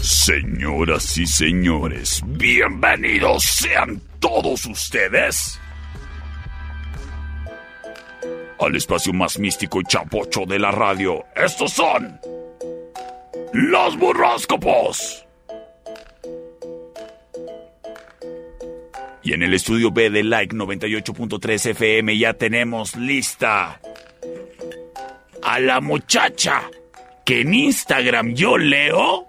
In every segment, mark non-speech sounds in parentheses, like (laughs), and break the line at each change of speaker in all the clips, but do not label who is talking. Señoras y señores, bienvenidos sean todos ustedes al espacio más místico y chapocho de la radio. Estos son los burroscopos. Y en el estudio B de Like 98.3 FM ya tenemos lista a la muchacha que en Instagram yo leo.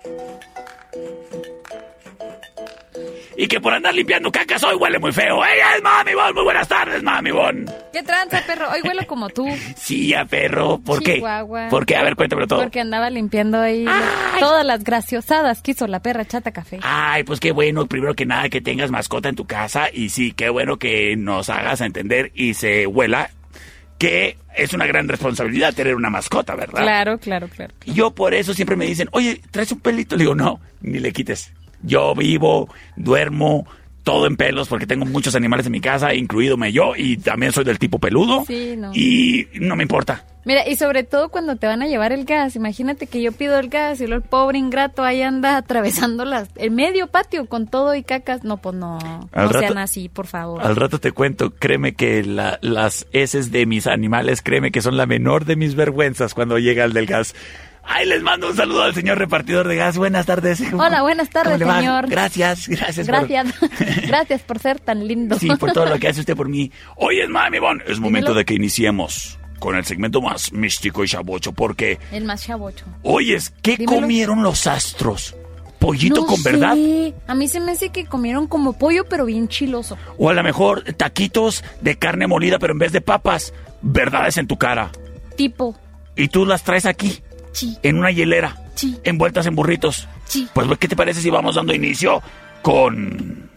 Y que por andar limpiando cacas hoy huele muy feo. ¡Ella es Mami Bon! Muy buenas tardes, Mami Bon.
¿Qué tranza, perro? Hoy huelo como
(laughs)
tú.
Sí, ya perro. ¿Por
Chihuahua.
qué? ¿Por qué? A ver, cuéntamelo todo.
Porque andaba limpiando ahí
Ay.
todas las graciosadas que hizo la perra chata café.
Ay, pues qué bueno, primero que nada, que tengas mascota en tu casa. Y sí, qué bueno que nos hagas entender y se huela que es una gran responsabilidad tener una mascota, ¿verdad?
Claro, claro, claro.
Y yo por eso siempre me dicen, oye, ¿traes un pelito? Le digo, no, ni le quites. Yo vivo, duermo, todo en pelos porque tengo muchos animales en mi casa, incluídome yo, y también soy del tipo peludo.
Sí, no.
Y no me importa.
Mira, y sobre todo cuando te van a llevar el gas. Imagínate que yo pido el gas y luego el pobre ingrato ahí anda atravesando las, el medio patio con todo y cacas. No, pues no.
Al
no
rato-
sean así, por favor.
Al rato te cuento, créeme que la- las heces de mis animales, créeme que son la menor de mis vergüenzas cuando llega el del gas. Ay, les mando un saludo al señor repartidor de gas. Buenas tardes. ¿Cómo-
Hola, buenas tardes,
cómo le va?
señor.
Gracias, gracias. por-
Gracias.
(laughs)
(laughs) Gracias por ser tan lindo.
Sí, por todo lo que hace usted por mí. Oye, Mami Bon, es momento de que iniciemos con el segmento más místico y chabocho, porque,
(laughs) El más chabocho.
oyes, ¿qué
Dímelo.
comieron los astros? ¿Pollito
No
con verdad?
sé. A mí se me hace que comieron como pollo, pero bien chiloso.
O a lo mejor taquitos de carne molida, pero en vez de papas, verdades en tu cara.
Tipo,
Y tú las traes aquí,
chi,
en una hielera,
Sí.
envueltas en burritos.
chi.
Pues, ¿qué te parece si vamos dando inicio con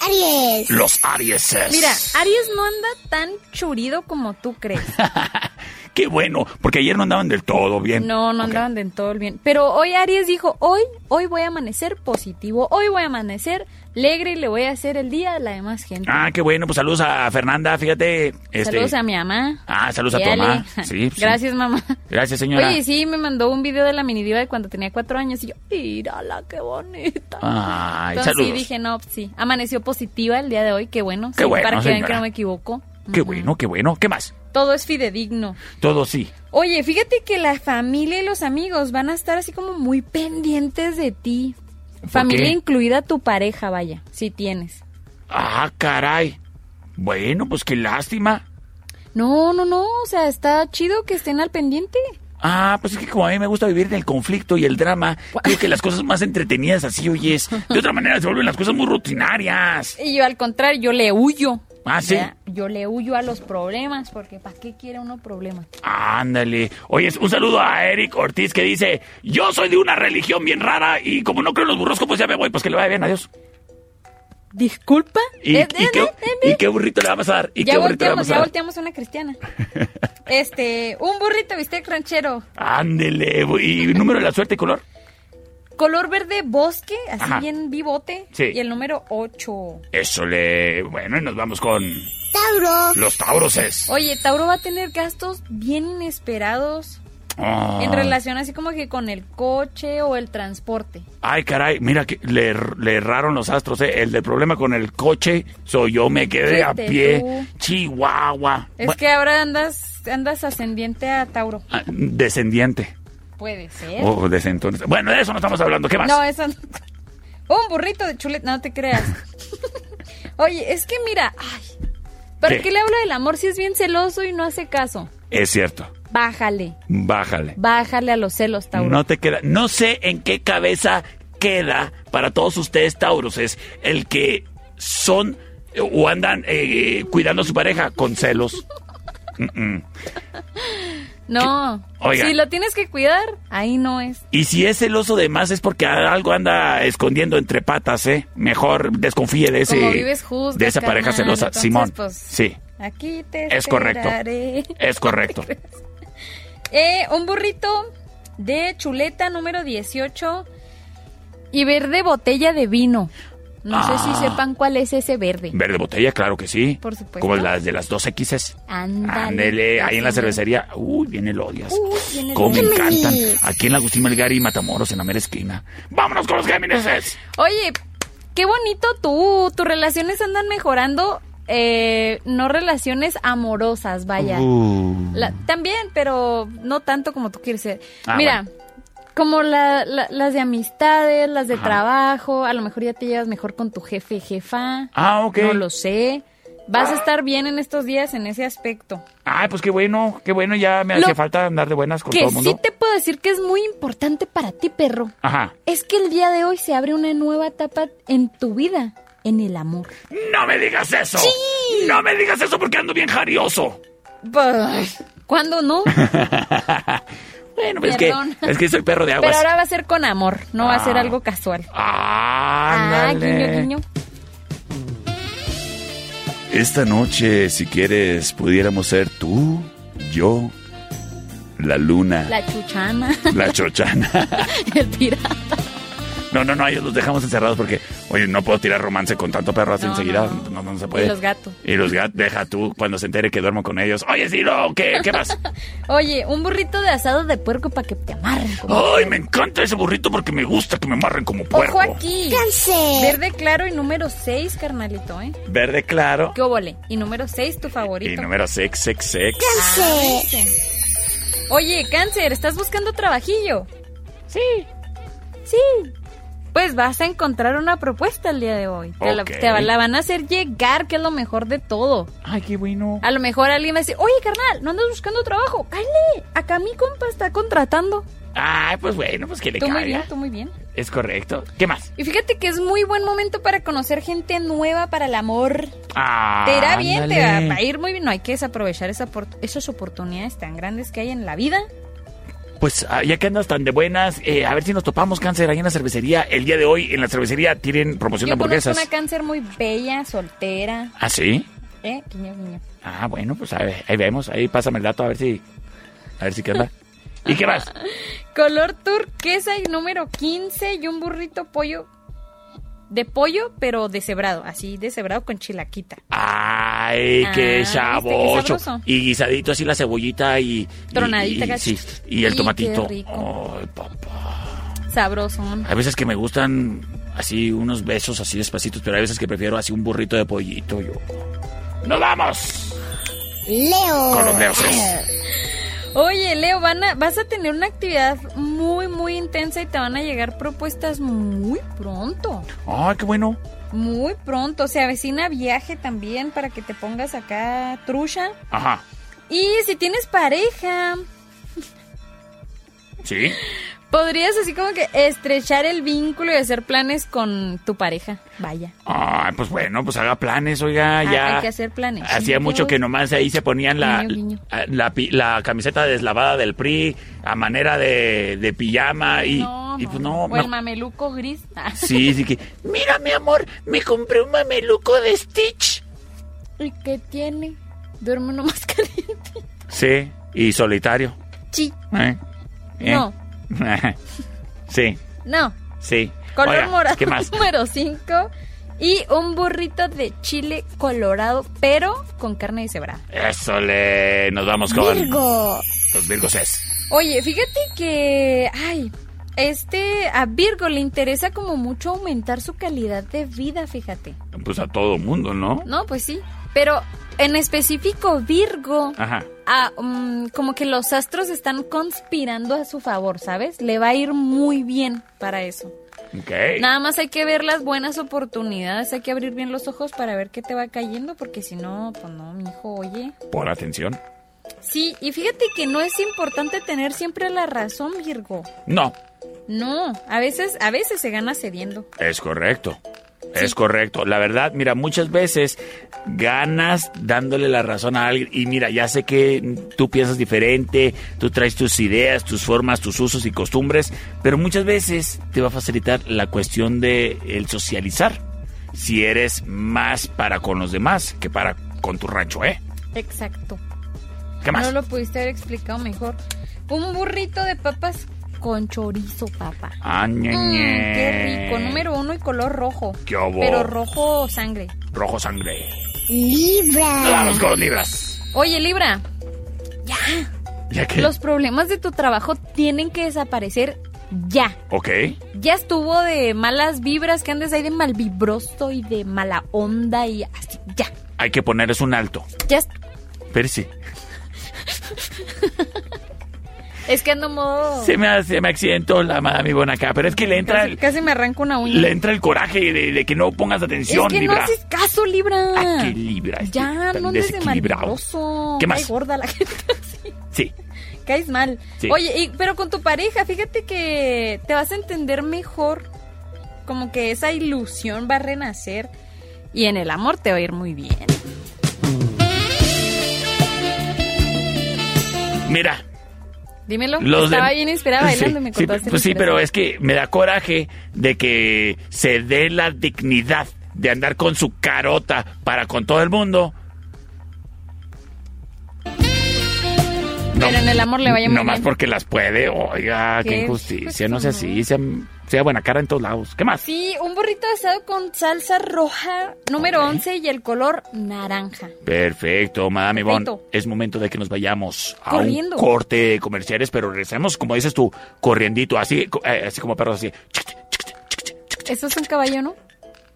Aries,
los Aries? (laughs)
Mira, Aries no anda tan churido como tú crees.
Qué bueno, porque ayer no andaban del todo bien.
No, no
Ok.
andaban de en todo el bien. Pero hoy Aries dijo, hoy, hoy voy a amanecer positivo, hoy voy a amanecer alegre y le voy a hacer el día a la demás gente.
Ah, qué bueno, pues saludos a Fernanda, fíjate. Este,
Saludos a mi mamá.
Ah, saludos a tu
Yale.
mamá.
(laughs)
Sí, sí.
Gracias, mamá.
Gracias, señora.
Oye, sí, me mandó un video de la minidiva de cuando tenía cuatro años y yo, mírala, qué bonita.
Ah, Ay,
Entonces sí
saludos.
dije, no, sí, amaneció positiva el día de hoy, qué bueno.
Qué
sí,
bueno,
Para que vean que
señora.
no me equivoco.
Qué
Ujú.
bueno, qué bueno. ¿Qué más?
Todo es fidedigno.
Todo sí.
Oye, fíjate que la familia y los amigos van a estar así como muy pendientes de ti.
¿Por
Familia
qué?
incluida tu pareja, vaya, si tienes.
Ah, caray. Bueno, pues qué lástima.
No, no, no, o sea, está chido que estén al pendiente.
Ah, pues es que como a mí me gusta vivir del conflicto y el drama, creo que las cosas más entretenidas así, oye, es. De otra manera se vuelven las cosas muy rutinarias.
Y yo al contrario, yo le huyo.
Ah, ¿sí?
Ya, Yo le huyo a los problemas, porque ¿para qué quiere uno problemas?
Ándale. Oye, un saludo a Eric Ortiz que dice, yo soy de una religión bien rara y como no creo en los burroscopos ya me voy, pues que le vaya bien, adiós.
¿Disculpa?
¿Y,
Eh,
y
eh,
qué,
eh, eh,
y qué burrito le vamos a dar? ¿Y
ya
qué burrito le
volteamos,
vamos a
ya
dar?
volteamos
(laughs)
una cristiana. Este, un burrito bistec ranchero.
Ándele, bu- y número de la suerte y color.
Color verde bosque, así
Ajá.
bien vivote.
Sí.
Y el número 8.
Eso le. Bueno, y nos vamos con
Tauro,
los Tauroses.
Oye, Tauro va a tener gastos bien inesperados
Ah.
en relación así como que con el coche o el transporte.
Ay, caray, mira que le, le erraron los astros, ¿eh? El del problema con el coche soy yo, me quedé a
Fíjate
pie.
Pues tú.
Chihuahua.
Es
Bu-
que ahora andas andas ascendiente a Tauro.
ah, Descendiente.
Puede ser.
Oh, desentonces. Bueno, de eso no estamos hablando. ¿Qué más?
No, eso no. Oh, Un burrito de chuleta, no te
(laughs)
creas. Oye, es que mira, ay, ¿para
¿Qué?
qué le hablo del amor si es bien celoso y no hace caso?
Es cierto.
Bájale,
Bájale.
bájale a los celos, Tauro.
No te queda. No sé en qué cabeza queda para todos ustedes, Tauros, es el que son eh, o andan eh, cuidando a su pareja con celos. Mm-mm.
No.
Oiga.
Si lo tienes que cuidar, ahí no es.
Y si es el oso de más es porque algo anda escondiendo entre patas, ¿eh? Mejor desconfíe de ese.
Como vives justo.
de esa pareja celosa. Simón. sí,
Aquí te
es correcto.
pues, esperaré.
Es
(laughs)
correcto.
Eh, un burrito de chuleta número 18 y verde botella de vino. No sé
Ah.
si sepan cuál es ese verde.
Verde botella, claro que sí.
Por supuesto.
Como las de las dos Xs.
Ándale.
Ándele, ahí en la
Ándale.
cervecería. Uy, viene el odias.
Uy, viene el
Como me
Odias.
encantan.
Géminis.
Aquí en la Agustín Melgar y Matamoros, en la mera esquina. ¡Vámonos con los Géminis!
Oye, qué bonito tú. Tus relaciones andan mejorando. eh, no relaciones amorosas, vaya.
Uh.
La- también, pero no tanto como tú quieres ser.
Ah,
Mira, como la- la- las de amistades, las de
Ajá.
trabajo, a lo mejor ya te llevas mejor con tu jefe, jefa.
Ah, ok.
No lo sé. Vas a estar bien en estos días en ese aspecto.
Ay, pues qué bueno, qué bueno, ya me
Lo-
hacía falta andar de buenas con todo
Que
el mundo.
sí te puedo decir que es muy importante para ti, perro.
Ajá.
Es que el día de hoy se abre una nueva etapa en tu vida, en el amor.
¡No me digas eso! ¡No me digas eso porque ando bien jarioso! (laughs)
¿Cuándo no?
Pues Bueno, pues es que,
Perdón.
es que soy perro de aguas.
Pero ahora va a ser con amor, no va a ser
Ah.
algo casual.
Ah,
Ah, guiño, guiño.
Esta noche, si quieres, pudiéramos ser tú, yo, la luna,
La chuchana, (laughs)
la chochana.
el pirata.
No, no, no, a ellos los dejamos encerrados porque, oye, no puedo tirar romance con tanto perro así
No,
enseguida.
no.
No, no, no se puede.
Y los gatos.
Y los gatos, deja tú cuando se entere que duermo con ellos. Oye, Ciro, ¿qué, qué
(laughs)
más?
Oye, un burrito de asado de puerco para que te amarren. como-
Ay, me encanta ese burrito porque me gusta que me amarren como ¡Oh, puerco.
Ojo aquí.
cáncer,
Verde claro y número 6, carnalito, ¿eh?
Verde claro.
¿Qué óvole? Y número 6, tu
Y
favorito.
número 666.
cáncer,
Oye, cáncer, ¿estás buscando trabajillo? Sí. Sí. Pues vas a encontrar una propuesta el día de hoy. Te, la,
Ok.
te la van a hacer llegar, que es lo mejor de todo.
Ay, qué bueno.
A lo mejor alguien va a decir, oye, carnal, no andas buscando trabajo. Cállate, acá mi compa está contratando.
Ay, pues bueno, pues que le
Tú muy
caiga.
bien, tú muy bien.
Es correcto. ¿Qué más?
Y fíjate que es muy buen momento para conocer gente nueva para el amor.
Ah,
Te irá bien, te va,
ándale.
va a ir muy bien. No hay que desaprovechar esa opor- esas oportunidades tan grandes que hay en la vida.
Pues ah, ya que andas tan de buenas, eh, a ver si nos topamos cáncer ahí en la cervecería. El día de hoy en la cervecería tienen promoción de
Yo conozco
hamburguesas.
una cáncer muy bella, soltera.
¿Ah, sí?
¿Eh? Guiño, guiño.
Ah, bueno, pues a ver, ahí vemos. Ahí pásame el dato a ver si. A ver si qué onda. ¿Y qué más?
Color turquesa y número 15 y un burrito pollo. De pollo, pero deshebrado. Así, deshebrado con chilaquita.
Ay, qué
Ah, ¿viste
chavoso.
qué sabroso?
y guisadito así la cebollita y. y-
Tronadita,
y-
acá.
sí, y el
Y
tomatito.
qué rico.
Ay, papá.
Sabroso.
Hay veces que me gustan así unos besos así despacitos, pero hay veces que prefiero así un burrito de pollito yo. ¡Nos vamos!
Leo,
Con los leos.
Oye, Leo, van a- vas a tener una actividad muy, muy intensa y te van a llegar propuestas muy pronto.
¡Ay, qué bueno!
Muy pronto. Se avecina viaje también para que te pongas acá trucha.
Ajá.
Y si tienes pareja,
¿Sí?
podrías así como que estrechar el vínculo y hacer planes con tu pareja. Vaya.
Ay, pues bueno, pues haga planes, oiga,
Ah,
ya.
hay que hacer planes.
Hacía mucho que nomás ahí se ponían la, ah,
Guiño, guiño.
la, pi- la camiseta deslavada del PRI a manera de, de pijama y,
No,
y
no,
pues
no.
no.
O el
no.
mameluco gris. (laughs) Ah,
Sí, sí que. Mira, mi amor, me compré un mameluco de Stitch.
¿Y qué tiene? Duerme nomás (laughs) caliente.
Sí, y solitario.
Sí.
¿Eh? ¿Eh?
No.
(laughs) sí,
No.
sí.
Color
Oiga,
morado
¿Qué
(laughs)
más?
número 5. Y un burrito de chile colorado, pero con carne de cebra.
Eso le. Nos vamos con
Virgo,
los Virgos es.
Oye, fíjate que. Ay. Este a Virgo le interesa como mucho aumentar su calidad de vida, fíjate.
Pues a todo mundo, ¿no?
No, pues sí. Pero en específico Virgo,
Ajá.
ah, mm, como que los astros están conspirando a su favor, ¿sabes? Le va a ir muy bien para eso.
Ok.
Nada más hay que ver las buenas oportunidades, hay que abrir bien los ojos para ver qué te va cayendo, porque si no, pues no, mijo, oye.
Por atención.
Sí, y fíjate que no es importante tener siempre la razón, Virgo.
No,
No, a veces, a veces se gana cediendo.
es correcto. Es correcto. La verdad, mira, muchas veces ganas dándole la razón a alguien. Y mira, ya sé que tú piensas diferente, tú traes tus ideas, tus formas, tus usos y costumbres, pero muchas veces te va a facilitar la cuestión de el socializar. Si eres más para con los demás que para con tu rancho, ¿eh?
Exacto.
¿Qué más?
No lo pudiste haber explicado mejor. Un burrito de papas con chorizo, papá.
Ah, ñe,
Mm,
ñe.
qué rico. Número uno y color rojo.
Qué obo.
Pero rojo sangre.
Rojo sangre.
Libra.
Vamos con los libras.
Oye, Libra,
¿Ya qué?
los problemas de tu trabajo tienen que desaparecer ya.
Ok.
Ya estuvo de malas vibras, que andes ahí de malvibroso y de mala onda y así. Ya.
Hay que ponerles un alto.
Ya. est-
Percy.
Es que ando modo.
Se me, hace- me accidentó la madame Ivonne acá, pero es que le entra
Casi,
el,
casi me arranco una uña.
le entra el coraje de, de que no pongas atención,
es que no
Libra.
haces caso, Libra.
Ah, qué Libra, este
Ya,
tan
no andes de
desequilibrado.
malvibroso.
¿Qué más?
Ay, gorda la (laughs) gente así.
Sí.
Caes mal.
Sí.
Oye, y- pero con tu pareja, fíjate que te vas a entender mejor. Como que esa ilusión va a renacer. Y en el amor te va a ir muy bien.
Mira,
Dímelo.
los de-
Estaba bien inspirada bailando,
Sí,
me
sí,
contaste.
pues sí,
la
pero
inspiración.
es que me da coraje de que se dé la dignidad de andar con su carota para con todo el mundo.
Pero en el amor le vaya muy
Nomás
bien.
porque las puede. Oiga, qué,
Qué
injusticia.
chico,
No sea
no.
así. Sea, sea buena cara en todos lados. ¿Qué más?
Sí, un burrito asado con salsa roja número 11 y el color naranja.
Perfecto, Madame Ivonne.
Perfecto.
Es momento de que nos vayamos a
Corriendo.
un corte de comerciales, pero regresemos, como dices tú, corriendito, así, co- eh, así como perros, así.
Eso es un caballo, ¿no?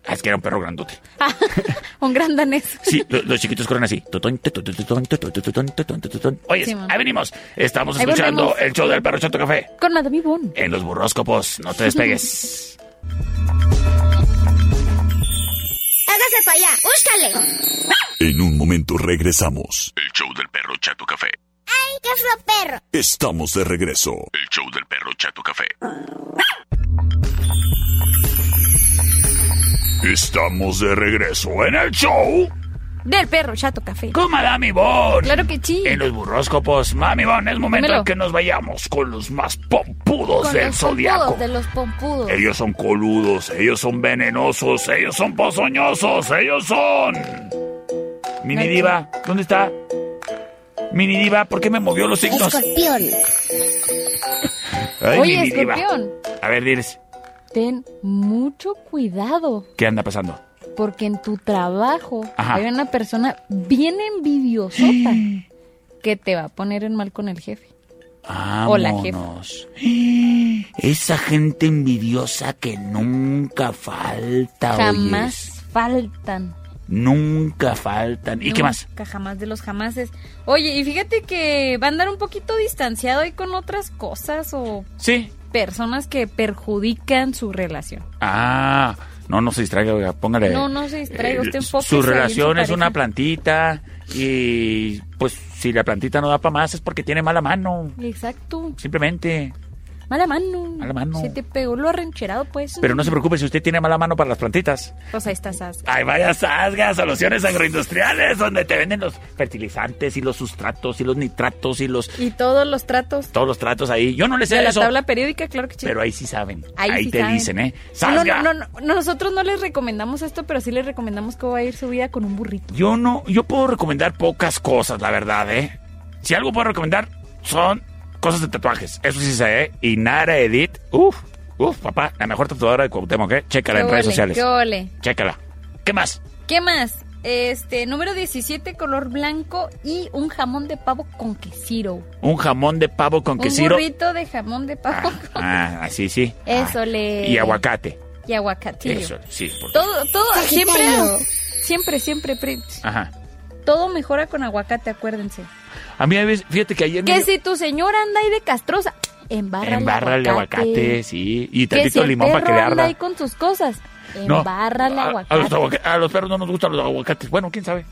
Ah, Es que era un perro grandote.
(laughs) un gran danés.
Sí, lo- los chiquitos corren así. Tutón, tutón, tutón, tutón, tutón, tutón, tutón. Oye,
Sí, mamá.
ahí venimos. Estamos
Ahí
escuchando
volvemos.
el show del perro Chato Café
Con Madame Yvonne.
en los burróscopos. No te despegues.
Hágase para allá. Úscale.
En un momento regresamos.
(laughs) El show del perro Chato Café.
¿Qué es lo perro?
Estamos de regreso.
El show del perro Chato Café.
Estamos de regreso en el show
Del perro, chato, café.
con Madame Ivonne.
Claro que sí.
En los burróscopos, Mami Ivonne, es momento
Dímelo.
en que nos vayamos con los más pompudos
Con
del
los
zodiaco.
pompudos, de los pompudos.
Ellos son coludos, ellos son venenosos, ellos son pozoñosos, ellos son... Mini Diva, ¿dónde está? Mini Diva, ¿por qué me movió los signos?
Escorpión.
Ay,
Oye,
Mini Diva.
escorpión.
A ver, diles,
Ten mucho cuidado,
¿qué anda pasando?
porque en tu trabajo
Ajá.
hay una persona bien envidiosota que te va a poner en mal con el jefe. Hola, jefa.
Vámonos. (gasps) Esa gente envidiosa que nunca falta,
Jamás
oyes.
faltan.
Nunca faltan. ¿Y qué más?
Nunca jamás de los jamases. Oye, y fíjate que va a andar un poquito distanciado ahí con otras cosas o
Sí.
personas que perjudican su relación.
Ah, no, no se distraiga, oiga, póngale. Eh,
No, no se distraiga, usted enfóquese
Su
ahí en
relación
su
es una
pareja.
plantita y pues si la plantita no da para más es porque tiene mala mano,
Exacto.
simplemente.
Mala mano.
Mala mano.
Se te pegó lo arrencherado, pues.
Pero no se preocupe si usted tiene mala mano para las plantitas.
Pues ahí estás. as-
Hay varias asgas, soluciones agroindustriales donde te venden los fertilizantes y los sustratos y los nitratos y los
Y todos los tratos
todos los tratos ahí. Yo no les sé
de la
eso,
tabla periódica, claro que sí.
pero ahí sí saben.
Ahí
Ahí,
sí
te
saben.
dicen, ¿eh?
No,
¡Sasga!
no, no, no, nosotros no les recomendamos esto, pero sí les recomendamos cómo va a ir su vida con un burrito.
Yo no, yo puedo recomendar pocas cosas, la verdad, ¿eh? Si algo puedo recomendar son cosas de tatuajes. Eso sí sé, ¿eh? Y Nara Edith, uff, uff, papá, la mejor tatuadora de Cuauhtémoc, ¿eh? Chécala en
Qué
redes
ole,
sociales.
qué ole.
Chécala. ¿Qué más?
¿Qué más? Este, número 17, color blanco y un jamón de pavo con quesiro.
Un jamón de pavo con
Un
quesiro.
burrito de jamón de pavo.
Ah, ah, así sí.
Eso
Ah,
le-
Y aguacate.
Y aguacatillo.
Eso, sí. porque-
Todo, todo, siempre,
Sagitario.
siempre, siempre, pri-
Ajá.
todo mejora con aguacate, acuérdense.
A mí a veces, fíjate que ayer...
Que
me-
si tu señora anda ahí de castrosa, embárrale,
Embárrale aguacate.
aguacate.
sí. Y
Que si
tantito
el
limón para que
perro
le
anda
arda.
ahí con tus cosas,
No, Ah,
embárrale
a-
aguacate.
A los, aguaca- a los perros no nos gustan los aguacates. Bueno, quién sabe.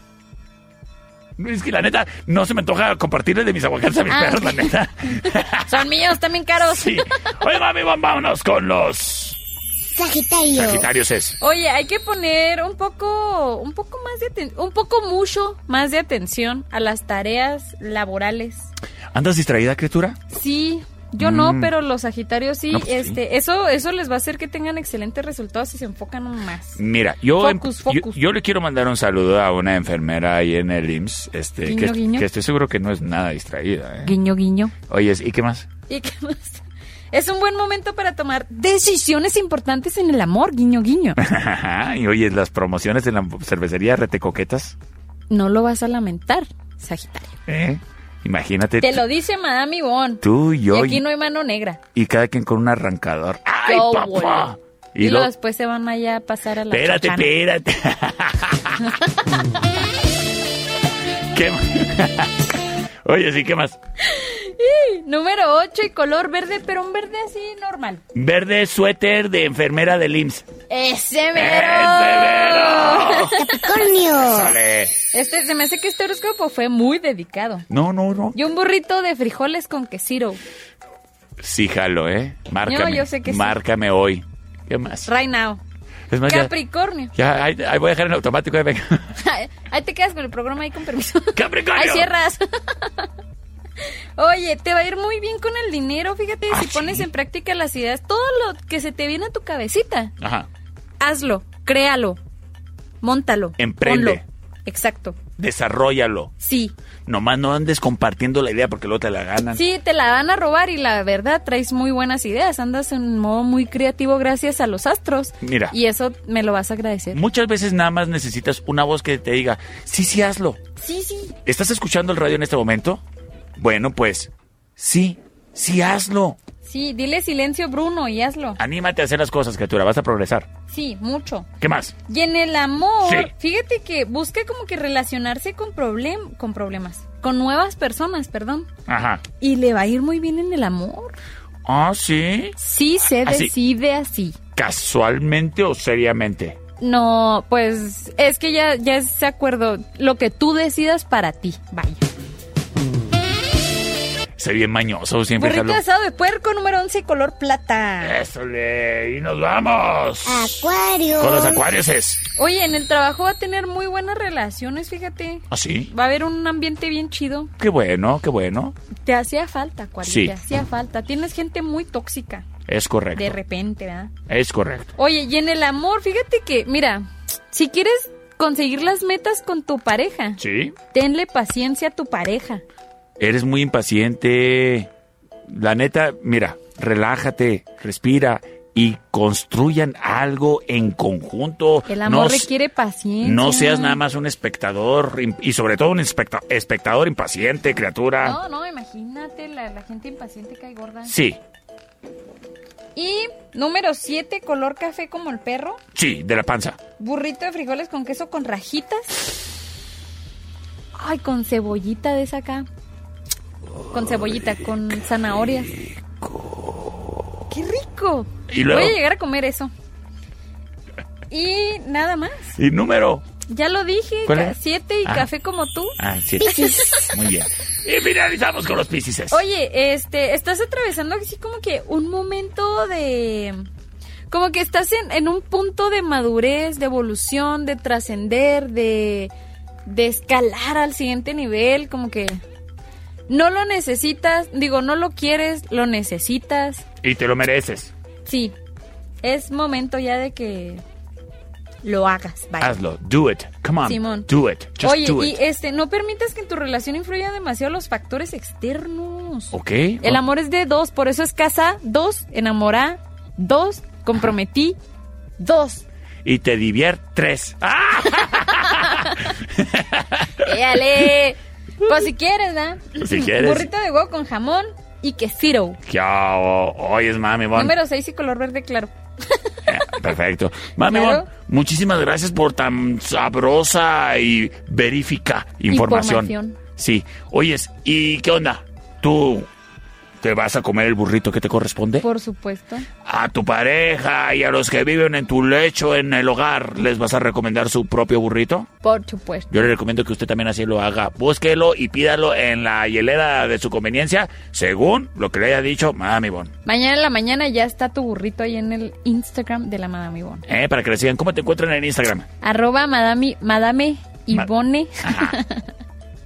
Es que la neta, no se me antoja compartirles de mis aguacates a mis
Ah.
perros, la neta. (laughs)
Son míos, también caros.
sí. Oye, mami, vam- vámonos con los
Sagitario.
Sagitarios es.
Oye, hay que poner un poco, un poco más de aten- un poco mucho más de atención a las tareas laborales.
¿Andas distraída, criatura?
Sí, yo no, pero los Sagitarios sí,
Mm. No, pues,
este, eso, eso les va a hacer que tengan excelentes resultados si se enfocan más.
Mira, yo, em,
Focus,
yo-
focus.
Yo, le quiero mandar un saludo a una enfermera ahí en el IMSS, este,
Guiño,
que,
guiño.
que estoy seguro que no es nada distraída. ¿eh?
Guiño, guiño.
Oye, ¿y qué más? (laughs)
Y que nos- es un buen momento para tomar decisiones importantes en el amor, guiño, guiño.
y oye, las promociones en la cervecería Retecoquetas.
No lo vas a lamentar, Sagitario.
¿eh? Imagínate.
Te lo dice Madame Ivonne.
Tú,
Y
yo y,
aquí no hay mano negra.
y cada quien con un arrancador. ¡Ay,
Yo,
papá!
boludo. Y, luego después se van allá a pasar a la
Espérate,
chachana.
espérate.
(laughs)
¿Qué más? Oye, sí, ¿qué más?
Número 8 y color verde, pero un verde así normal.
Verde suéter de enfermera del IMSS.
¡Ese
¡Es
mero!
de veras!
Capricornio.
¡Sale!
Este, se me hace que este horóscopo fue muy dedicado.
No, no, no.
Y un burrito de frijoles con quesiro.
Sí, jalo, ¿eh? Márcame.
yo sé que sí.
Márcame hoy. ¿Qué más?
Right now.
Es más, ya,
Capricornio.
ya, ahí, ahí voy a dejar en automático. eh, venga. (laughs)
(laughs) Ahí te quedas con el programa ahí con permiso.
¡Capricornio!
Ahí cierras. (laughs) Oye, te va a ir muy bien con el dinero. Fíjate,
Ah,
si pones en práctica las ideas, todo lo que se te viene a tu cabecita,
Ajá.
hazlo, créalo, montalo.
Emprende.
ponlo. Exacto.
Desarrollalo.
Sí.
Nomás no andes compartiendo la idea porque luego te la ganan.
Sí, te la van a robar y la verdad traes muy buenas ideas. Andas en modo muy creativo gracias a los astros.
Mira.
Y eso me lo vas a agradecer.
Muchas veces nada más necesitas una voz que te diga, sí, sí, hazlo.
Sí, sí.
¿Estás escuchando el radio en este momento? Bueno, pues, sí, sí, hazlo.
Sí, dile silencio, Bruno, y hazlo.
Anímate a hacer las cosas, criatura, vas a progresar.
Sí, mucho.
¿Qué más?
Y en el amor,
Sí.
fíjate que busca como que relacionarse con, problem con problemas, con nuevas personas, perdón.
Ajá.
Y le va a ir muy bien en el amor.
Ah, sí.
Sí, se
Así.
decide así.
¿Casualmente o seriamente?
No, pues es que ya, ya es de acuerdo. Lo que tú decidas para ti, vaya.
Se bien mañoso siempre.
Burrito
jalo.
asado de puerco número 11 color plata.
Eso le, y nos vamos.
Acuario.
Con los acuarios es.
Oye, en el trabajo va a tener muy buenas relaciones, fíjate.
¿Ah, sí?
Va a haber un ambiente bien chido.
Qué bueno, qué bueno.
Te hacía falta, Acuario.
Sí.
Te hacía falta. Tienes gente muy tóxica.
Es correcto.
De repente, ¿verdad?
Es correcto.
Oye, y en el amor, fíjate que, mira, si quieres conseguir las metas con tu pareja,
Sí.
tenle paciencia a tu pareja.
Eres muy impaciente. La neta, mira, relájate, respira y construyan algo en conjunto.
El amor
No s-
requiere paciencia.
No seas nada más un espectador im- y sobre todo un especta- espectador impaciente, criatura.
No, no, imagínate, la, la gente impaciente cae gorda.
Sí,
Y número 7, color café como el perro.
sí, de la panza.
Burrito de frijoles con queso con rajitas. Ay, con cebollita de esa acá. Con cebollita, con zanahorias. ¡Qué rico!
Y luego-
Voy a llegar a comer eso. Y nada más.
¿Y número?
Ya lo dije.
¿Cuál
ca-
era?
Siete y
Ah.
café como tú. (laughs)
Ah, sí. Muy bien. Y finalizamos con los piscises.
Oye, este, estás atravesando así como que un momento de... Como que estás en, en un punto de madurez, de evolución, de trascender, de, de escalar al siguiente nivel, como que no lo necesitas, digo, no lo quieres, lo necesitas.
Y te lo mereces.
Sí, es momento ya de que lo hagas, vaya.
Hazlo. Do it. Come on.
Simón.
Do it. Ah, Just
Oye,
do
y
it.
este, no permitas que en tu relación influyan demasiado los factores externos.
Ok.
El amor es de dos, por eso es casa, dos, enamorá, dos, comprometí, (laughs) dos.
Y te divier tres. ¡Ah!
¡Éale! Pues si quieres, ¿verdad?
Si quieres.
Burrito de huevo con jamón y quesiro.
¿Qué hago? Oye, oh, es mami, Bon.
Número 6 y color verde claro.
Eh, Perfecto. Mami,
Claro.
Bon, muchísimas gracias por tan sabrosa y verifica información.
Información.
Sí. Oyes, ¿y qué onda? Tú, te vas a comer el burrito que te corresponde.
Por supuesto.
A tu pareja y a los que viven en tu lecho, en el hogar, ¿les vas a recomendar su propio burrito?
Por supuesto.
Yo le recomiendo que usted también así lo haga. Búsquelo y pídalo en la hielera de su conveniencia, según lo que le haya dicho Mami Bon.
Mañana en la mañana ya está tu burrito ahí en el Instagram de la Madame Ivonne.
¿Eh? Para que le sigan. ¿Cómo te encuentran en Instagram?
Arroba Madame, Madame Ivone. (laughs)
Ajá.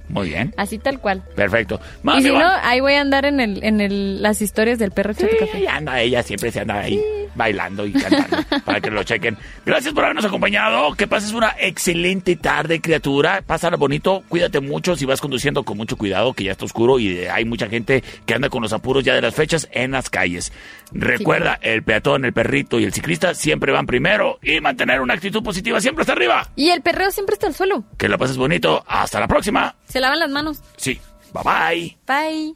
Muy bien.
Así tal cual.
Perfecto. Mami
y si
Bon.
no, ahí voy a andar en, el, en el, las historias del perro
Sí,
Chato Café.
ahí anda ella, siempre se anda ahí bailando y
(laughs)
cantando para que lo chequen. Gracias por habernos acompañado. Que pases una excelente tarde, criatura. Pásala bonito, cuídate mucho. Si vas conduciendo con mucho cuidado, que ya está oscuro y hay mucha gente que anda con los apuros ya de las fechas en las calles. Recuerda, el peatón, el perrito y el ciclista siempre van primero y mantener una actitud positiva siempre hasta arriba.
Y el perreo siempre está al suelo.
Que la pases bonito. Hasta la próxima.
Se lavan las manos.
Sí, bye bye.
Bye.